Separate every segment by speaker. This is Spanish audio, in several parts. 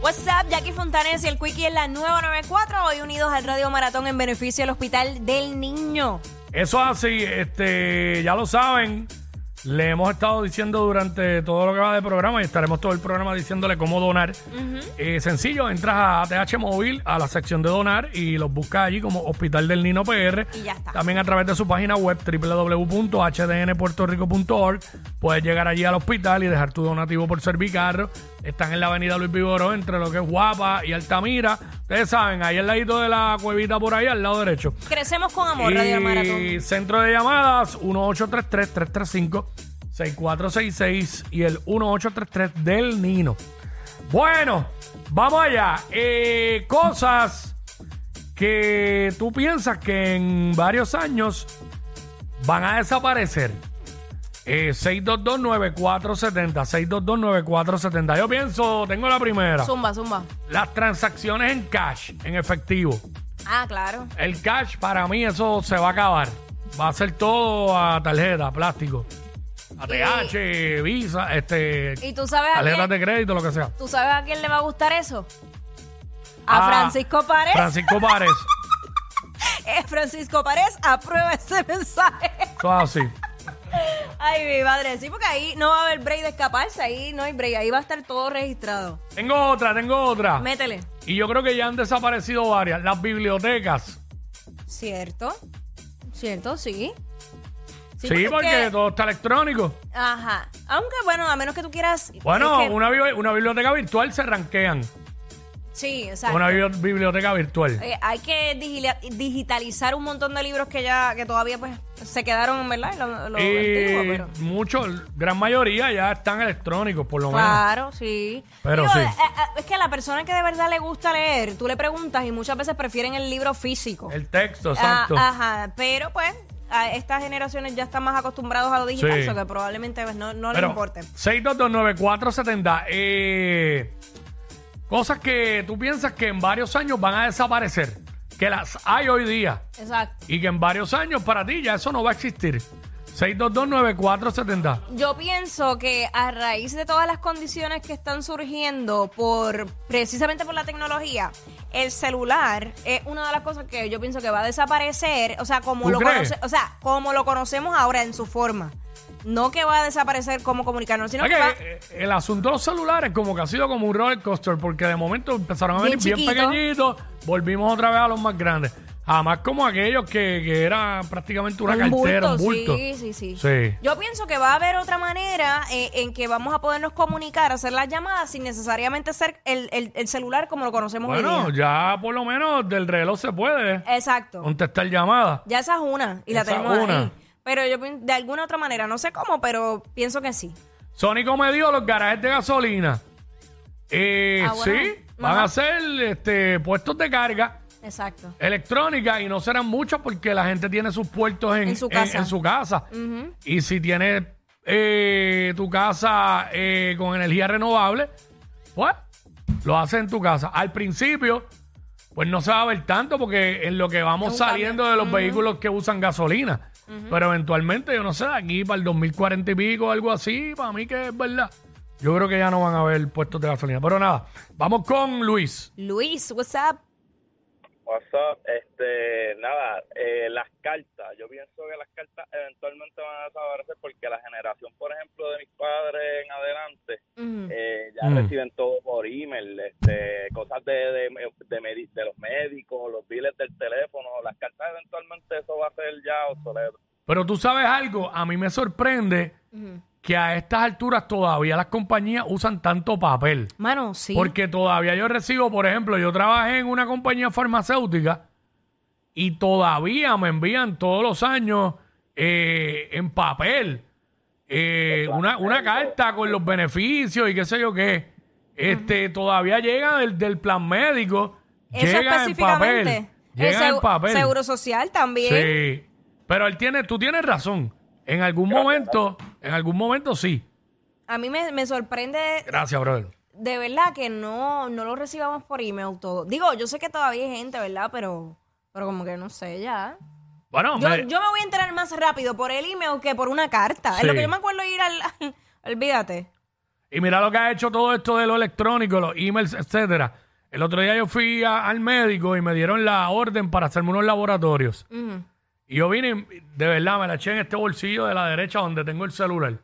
Speaker 1: What's up, Jackie Fontanes y el Quickie en la nueva 94, hoy unidos al Radio Maratón en beneficio del Hospital del Niño.
Speaker 2: Eso es así, este, ya lo saben. Le hemos estado diciendo durante todo lo que va de programa y estaremos todo el programa diciéndole cómo donar. Eh, sencillo, entras a TH Móvil, a la sección de donar y los buscas allí como Hospital del Nino PR.
Speaker 1: Y ya está.
Speaker 2: También a través de su página web www.hdnpuertorico.org puedes llegar allí al hospital y dejar tu donativo por Servicarro. Están en la avenida Luis Vigoró entre lo que es Guapa y Altamira. Ustedes saben, ahí al ladito de la cuevita por ahí, al lado derecho.
Speaker 1: Crecemos con amor, Radio
Speaker 2: Y
Speaker 1: Maratón.
Speaker 2: centro de llamadas 1833-335-6466 y el 1833 del Nino. Bueno, vamos allá. Eh, cosas que tú piensas que en varios años van a desaparecer. Eh, 6229470, 6229470. Yo pienso, tengo la primera.
Speaker 1: Zumba, zumba.
Speaker 2: Las transacciones en cash, en efectivo.
Speaker 1: Ah, claro.
Speaker 2: El cash para mí eso se va a acabar. Va a ser todo a tarjeta, plástico. ATH, Visa, este,
Speaker 1: ¿Y tú sabes a
Speaker 2: tarjetas
Speaker 1: quién,
Speaker 2: de crédito, lo que sea.
Speaker 1: tú sabes a quién le va a gustar eso? A
Speaker 2: Ah,
Speaker 1: Francisco Párez.
Speaker 2: Francisco Párez.
Speaker 1: Eh, Francisco Párez aprueba ese mensaje.
Speaker 2: Todo así.
Speaker 1: Ay, mi madre, sí, porque ahí no va a haber break de escaparse, ahí no hay break, ahí va a estar todo registrado.
Speaker 2: Tengo otra, tengo otra.
Speaker 1: Métele.
Speaker 2: Y yo creo que ya han desaparecido varias. Las bibliotecas.
Speaker 1: Cierto, cierto, sí.
Speaker 2: Sí,
Speaker 1: porque es
Speaker 2: porque
Speaker 1: que-
Speaker 2: todo está electrónico.
Speaker 1: Ajá. Aunque bueno, a menos que tú quieras.
Speaker 2: Bueno,
Speaker 1: es que-
Speaker 2: una, bibli- una biblioteca virtual se ranquean.
Speaker 1: Sí, exacto.
Speaker 2: Una bibli- biblioteca virtual.
Speaker 1: Eh, hay que digila- digitalizar un montón de libros que ya, que todavía pues se quedaron, ¿verdad? Lo, lo antiguo,
Speaker 2: y
Speaker 1: pero.
Speaker 2: muchos, gran mayoría ya están electrónicos, por lo menos.
Speaker 1: Claro, sí.
Speaker 2: Pero
Speaker 1: Digo,
Speaker 2: sí.
Speaker 1: eh, eh, es que a la persona que de verdad le gusta leer, tú le preguntas y muchas veces prefieren el libro físico.
Speaker 2: El texto,
Speaker 1: Ah,
Speaker 2: exacto.
Speaker 1: ajá. Pero pues, a estas generaciones ya están más acostumbrados a lo digital,
Speaker 2: Sí.
Speaker 1: so que probablemente pues, no, no les
Speaker 2: Pero,
Speaker 1: importe.
Speaker 2: 6229470. Eh, cosas que tú piensas que en varios años van a desaparecer, que las hay hoy día
Speaker 1: Exacto.
Speaker 2: y que en varios años para ti ya eso no va a existir. 6229470.
Speaker 1: Yo pienso que a raíz de todas las condiciones que están surgiendo por precisamente por la tecnología, el celular es una de las cosas que yo pienso que va a desaparecer, o sea, como
Speaker 2: ¿Tú
Speaker 1: lo
Speaker 2: crees?
Speaker 1: conoce- o sea, como lo conocemos ahora en su forma. No que va a desaparecer como comunicarnos, sino
Speaker 2: Es
Speaker 1: que va
Speaker 2: que, eh, el asunto de los celulares como que ha sido como un roller coaster porque de momento empezaron a venir
Speaker 1: Bien
Speaker 2: bien,
Speaker 1: chiquito.
Speaker 2: pequeñitos, volvimos otra vez a los más grandes. Jamás como aquellos que, que era prácticamente una cartera, un bulto.
Speaker 1: Sí, sí, sí,
Speaker 2: Sí.
Speaker 1: Yo pienso que va a haber otra manera eh, en que vamos a podernos comunicar, hacer las llamadas sin necesariamente ser el, el- el celular como lo conocemos
Speaker 2: Bueno,
Speaker 1: hoy día.
Speaker 2: ya por lo menos del reloj se puede
Speaker 1: Exacto.
Speaker 2: contestar llamadas.
Speaker 1: Ya esa es una y la
Speaker 2: Esa es
Speaker 1: tenemos ahí.
Speaker 2: una.
Speaker 1: Pero yo pien- de alguna otra manera, no sé cómo, pero pienso que sí.
Speaker 2: Sónico me dio los garajes de gasolina. Eh,
Speaker 1: Ah, bueno.
Speaker 2: Sí, van
Speaker 1: Ajá.
Speaker 2: a ser este, puestos de carga
Speaker 1: Exacto.
Speaker 2: electrónica y no serán muchos porque la gente tiene sus puertos en,
Speaker 1: En su casa.
Speaker 2: en su casa. Y si tienes eh, tu casa eh, con energía renovable, pues lo haces en tu casa. Al principio, pues no se va a ver tanto porque en lo que vamos
Speaker 1: Es un
Speaker 2: saliendo de los vehículos que usan gasolina. Pero eventualmente, yo no sé, de aquí para el 2040 y pico, algo así, para mí que es verdad. Yo creo que ya no van a haber puestos de gasolina. Pero nada, vamos con Luis.
Speaker 1: Luis, what's up?
Speaker 3: What's up? Este, nada, eh, las cartas. Yo pienso que las cartas eventualmente van a desaparecer porque la generación, por ejemplo, de mis padres en adelante,
Speaker 1: Ujú.
Speaker 3: eh, ya reciben todo por email, este, cosas de, de, de medi- de los médicos, los biles del teléfono, las cartas eventualmente eso va a ser ya obsoleto.
Speaker 2: Pero tú sabes algo, a mí me sorprende que a estas alturas todavía las compañías usan tanto papel.
Speaker 1: Mano, sí.
Speaker 2: Porque todavía yo recibo, por ejemplo, yo trabajé en una compañía farmacéutica y todavía me envían todos los años eh, en papel eh, una, una carta con los beneficios y qué sé yo qué. Este, Todavía llega del, del plan médico.
Speaker 1: Eso
Speaker 2: llega en papel.
Speaker 1: específicamente. El
Speaker 2: Llega en
Speaker 1: seg-
Speaker 2: papel.
Speaker 1: Seguro social también.
Speaker 2: Sí. Pero él tiene, tú tienes razón. En algún momento, en algún momento sí.
Speaker 1: A mí me, me sorprende
Speaker 2: Gracias, brother.
Speaker 1: de verdad que no, no lo recibamos por email todo. Digo, yo sé que todavía hay gente, ¿verdad? Pero, pero como que no sé ya.
Speaker 2: Bueno,
Speaker 1: Yo,
Speaker 2: me-
Speaker 1: yo me voy a enterar más rápido por el email que por una carta. Es
Speaker 2: Sí.
Speaker 1: lo que yo me acuerdo ir al... olvídate.
Speaker 2: Y mira lo que ha hecho todo esto de lo electrónico, los emails, etcétera. El otro día yo fui a- al médico y me dieron la orden para hacerme unos laboratorios. Y yo vine, de verdad, me la eché en este bolsillo de la derecha donde tengo el celular.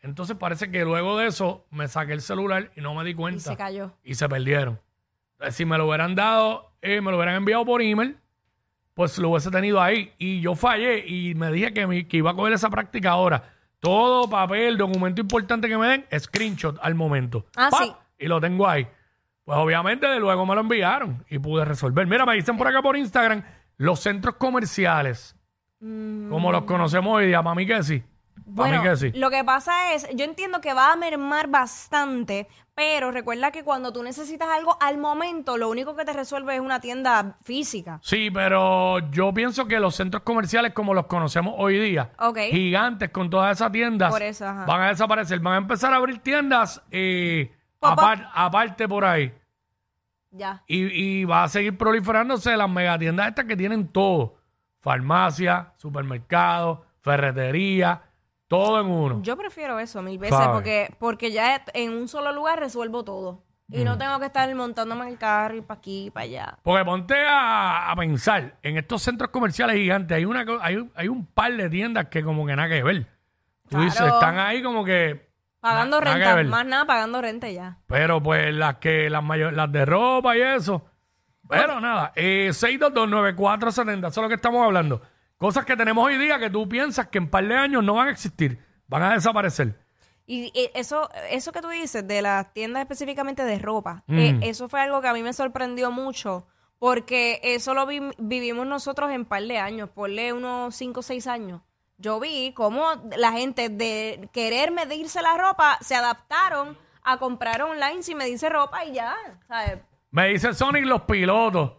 Speaker 2: Entonces parece que luego de eso me saqué el celular y no me di cuenta.
Speaker 1: Y se cayó.
Speaker 2: Y se perdieron. Entonces, si me lo hubieran dado, eh, me lo hubieran enviado por email, pues lo hubiese tenido ahí. Y yo fallé y me dije que, me- que iba a coger esa práctica ahora. Todo papel, documento importante que me den, screenshot al momento.
Speaker 1: Ah,
Speaker 2: ¡Pap!
Speaker 1: sí.
Speaker 2: Y lo tengo ahí. Pues obviamente de luego me lo enviaron y pude resolver. Mira, me dicen por acá por Instagram, los centros comerciales, como los conocemos hoy día, para mí que sí. Para
Speaker 1: Mm. Bueno,
Speaker 2: mí que sí.
Speaker 1: lo que pasa es, yo entiendo que va a mermar bastante, pero recuerda que cuando tú necesitas algo al momento, lo único que te resuelve es una tienda física.
Speaker 2: Sí, pero yo pienso que los centros comerciales como los conocemos hoy día,
Speaker 1: Ok.
Speaker 2: gigantes con todas esas tiendas,
Speaker 1: Por eso, ajá.
Speaker 2: van a desaparecer. Van a empezar a abrir tiendas eh,
Speaker 1: Pop-up.
Speaker 2: apar- aparte por ahí.
Speaker 1: Ya.
Speaker 2: Y, y va a seguir proliferándose las megatiendas estas que tienen todo. Farmacia, supermercado, ferretería, todo en uno.
Speaker 1: Yo prefiero eso mil veces
Speaker 2: Sabe.
Speaker 1: porque, porque ya en un solo lugar resuelvo todo. Y
Speaker 2: Mm.
Speaker 1: no tengo que estar montándome en el carro y para aquí y para allá.
Speaker 2: Porque ponte a, a pensar, en estos centros comerciales gigantes hay una co- hay, un- hay un par de tiendas que como que nada que ver. Tú dices,
Speaker 1: Claro.
Speaker 2: están ahí como que
Speaker 1: Pagando
Speaker 2: Na- nada
Speaker 1: renta,
Speaker 2: que ver.
Speaker 1: más nada pagando renta y ya.
Speaker 2: Pero pues las que las mayor, las de ropa y eso. Pero
Speaker 1: Ah.
Speaker 2: nada, eh, 6229470, eso es lo que estamos hablando. Cosas que tenemos hoy día que tú piensas que en par de años no van a existir, van a desaparecer.
Speaker 1: Y eh, eso, eso que tú dices de las tiendas específicamente de ropa,
Speaker 2: Mm.
Speaker 1: eh, eso fue algo que a mí me sorprendió mucho, porque eso lo vi- vivimos nosotros en par de años, ponle unos 5 o 6 años. Yo vi cómo la gente de querer medirse la ropa se adaptaron a comprar online si me dice ropa y ya, ¿sabes?
Speaker 2: Me dice Sonic los pilotos.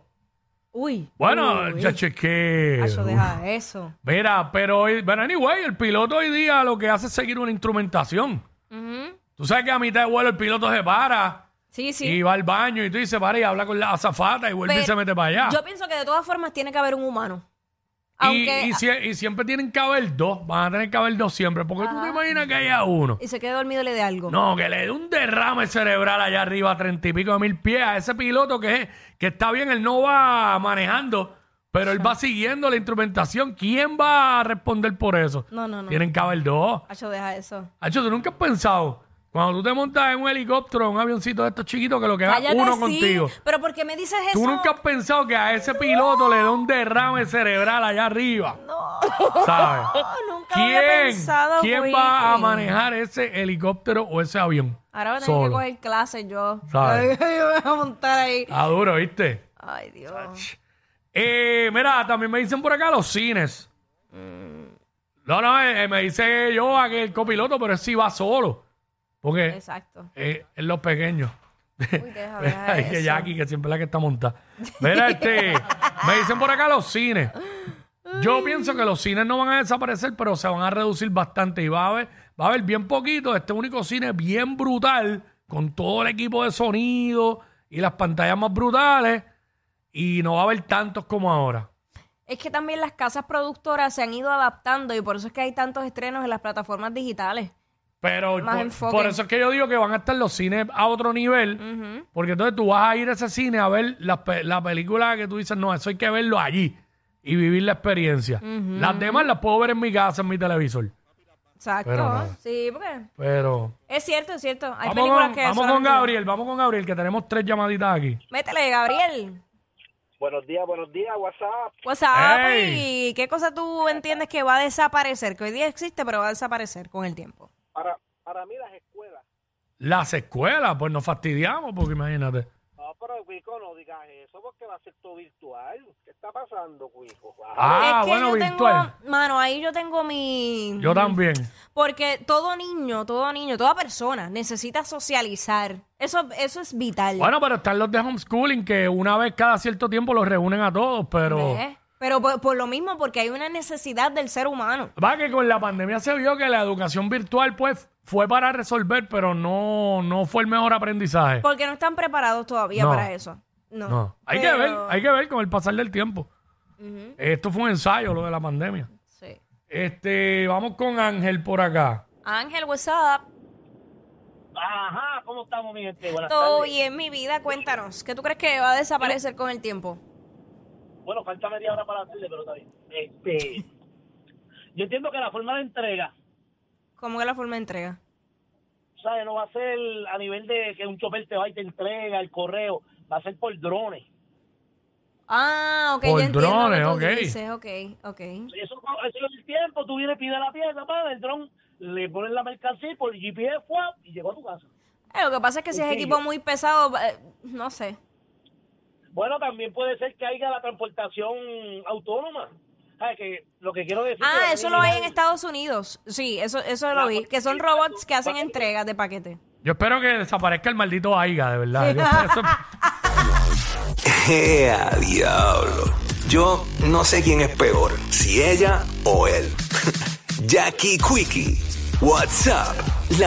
Speaker 1: Uy.
Speaker 2: Bueno,
Speaker 1: uy,
Speaker 2: ya chequeé.
Speaker 1: Acho, deja eso.
Speaker 2: Mira, pero hoy, pero anyway, el piloto hoy día lo que hace es seguir una instrumentación.
Speaker 1: Ujú.
Speaker 2: Tú sabes que a mitad de vuelo el piloto se para
Speaker 1: Sí, sí.
Speaker 2: y va al baño y tú dices, para y habla con la azafata y vuelve y
Speaker 1: Pero
Speaker 2: se mete para allá.
Speaker 1: Yo pienso que de todas formas tiene que haber un humano.
Speaker 2: Y-
Speaker 1: Aunque
Speaker 2: Y, sie- y siempre tienen que haber dos, van a tener que haber dos siempre, porque tú te imaginas que haya uno.
Speaker 1: y se quede dormido le dé algo.
Speaker 2: No, que le dé un derrame cerebral allá arriba a treinta y pico de mil pies a ese piloto que, es- que está bien, él no va manejando, pero él va siguiendo la instrumentación. ¿Quién va a responder por eso?
Speaker 1: No, no, no.
Speaker 2: Tienen que haber dos.
Speaker 1: Acho, Ah, deja eso.
Speaker 2: Hacho, tú nunca has pensado, cuando tú te montas en un helicóptero, en un avioncito de estos chiquitos, que lo que va es
Speaker 1: Cállate,
Speaker 2: uno
Speaker 1: sí,
Speaker 2: contigo.
Speaker 1: Pero ¿por qué me dices eso?
Speaker 2: Tú nunca has pensado que a ese piloto le dé un derrame cerebral allá arriba.
Speaker 1: No,
Speaker 2: ¿Sabes?
Speaker 1: Oh, nunca lo había
Speaker 2: ¿Quién,
Speaker 1: pensado.
Speaker 2: quién
Speaker 1: Willy.
Speaker 2: va a manejar ese helicóptero o ese avión?
Speaker 1: Ahora voy a tener que
Speaker 2: Solo.
Speaker 1: coger clases yo.
Speaker 2: ¿Sabes?
Speaker 1: Yo me voy a montar ahí.
Speaker 2: Está Ah, duro, ¿viste?
Speaker 1: Ay, Dios.
Speaker 2: Eh, mira, también me dicen por acá los cines. No, no, eh, me dice yo a que el copiloto, pero él sí va solo. Porque
Speaker 1: Exacto.
Speaker 2: eh, es los pequeños.
Speaker 1: Uy, deja, deja
Speaker 2: Ay, que
Speaker 1: eso.
Speaker 2: Jackie, que siempre es la que está montada. Mira, este, me dicen por acá los cines. Yo pienso que los cines no van a desaparecer, pero se van a reducir bastante y va a haber, va a haber bien poquito. Este único cine bien brutal, con todo el equipo de sonido y las pantallas más brutales, y no va a haber tantos como ahora.
Speaker 1: Es que también las casas productoras se han ido adaptando y por eso es que hay tantos estrenos en las plataformas digitales.
Speaker 2: Pero
Speaker 1: Más
Speaker 2: por,
Speaker 1: enfoque.
Speaker 2: por eso es que yo digo que van a estar los cines a otro nivel, porque entonces tú vas a ir a ese cine a ver la, pe- la película que tú dices, no, eso hay que verlo allí y vivir la experiencia. Las demás las puedo ver en mi casa, en mi televisor.
Speaker 1: Exacto.
Speaker 2: Pero nada.
Speaker 1: sí, porque
Speaker 2: Pero.
Speaker 1: es cierto, es cierto. Hay
Speaker 2: Vamos,
Speaker 1: películas
Speaker 2: con,
Speaker 1: que
Speaker 2: vamos con
Speaker 1: solamente-
Speaker 2: Gabriel, vamos con Gabriel, que tenemos tres llamaditas aquí.
Speaker 1: Métele, Gabriel.
Speaker 3: Buenos días, buenos días, WhatsApp.
Speaker 1: WhatsApp
Speaker 2: Ey.
Speaker 1: y qué cosa tú entiendes que va a desaparecer, que hoy día existe, pero va a desaparecer con el tiempo.
Speaker 3: Para, para mí las escuelas.
Speaker 2: Las escuelas, pues nos fastidiamos, porque imagínate.
Speaker 3: No, pero Cuico, no digas eso porque va a ser todo virtual. ¿Qué está pasando, Cuico?
Speaker 2: Ah,
Speaker 1: es que
Speaker 2: bueno,
Speaker 1: yo
Speaker 2: virtual.
Speaker 1: tengo, mano, ahí yo tengo mi
Speaker 2: Yo también.
Speaker 1: porque todo niño, todo niño, toda persona necesita socializar. Eso eso es vital.
Speaker 2: Bueno, pero están los de homeschooling que una vez cada cierto tiempo los reúnen a todos, pero.
Speaker 1: ¿Ves? ¿eh? Pero por, por lo mismo porque hay una necesidad del ser humano.
Speaker 2: Va que con la pandemia se vio que la educación virtual, pues, fue para resolver, pero no, no fue el mejor aprendizaje.
Speaker 1: Porque no están preparados todavía
Speaker 2: No.
Speaker 1: para eso. No.
Speaker 2: No. Hay
Speaker 1: Pero-
Speaker 2: que ver, hay que ver con el pasar del tiempo.
Speaker 1: Ujú,
Speaker 2: Esto fue un ensayo, lo de la pandemia.
Speaker 1: sí.
Speaker 2: Este, vamos con Ángel por acá.
Speaker 1: Ángel, WhatsApp.
Speaker 3: Ajá, ¿cómo estamos, mi gente? Buenas
Speaker 1: Todo
Speaker 3: tardes.
Speaker 1: bien, mi vida, cuéntanos. ¿Qué tú crees que va a desaparecer con el tiempo?
Speaker 3: Bueno, falta media hora para hacerle, pero está bien. Este, yo entiendo que la forma de entrega,
Speaker 1: ¿Cómo que la forma de entrega?
Speaker 3: ¿sabes? No va a ser a nivel de que un chofer te va y te entrega el correo, va a ser por drones.
Speaker 1: Ah, ok,
Speaker 2: Por
Speaker 1: ya entiendo lo que
Speaker 2: drones,
Speaker 1: tú
Speaker 2: ok.
Speaker 1: dices, ok, ok. Eh,
Speaker 3: Eso, eso es el tiempo, tú vienes, pides la pieza, para el dron, le pones la mercancía y por el GPS, ¡fua! y llegó a tu casa.
Speaker 1: Eh, lo que pasa es que si es
Speaker 3: Ok.
Speaker 1: equipo muy pesado, eh, no sé.
Speaker 3: Bueno, también puede ser que haya la transportación autónoma. ¿Sabes? Que lo que quiero decir.
Speaker 1: Ah,
Speaker 3: que-
Speaker 1: eso lo hay en Estados Unidos. Sí, eso, eso lo vi. Que son robots que hacen entregas de paquetes.
Speaker 2: Yo espero que desaparezca el maldito AIGA, de verdad. Yo espero eso-
Speaker 4: ¡Ea, diablo! Yo no sé quién es peor, si ella o él. Jackie Quickie, WhatsApp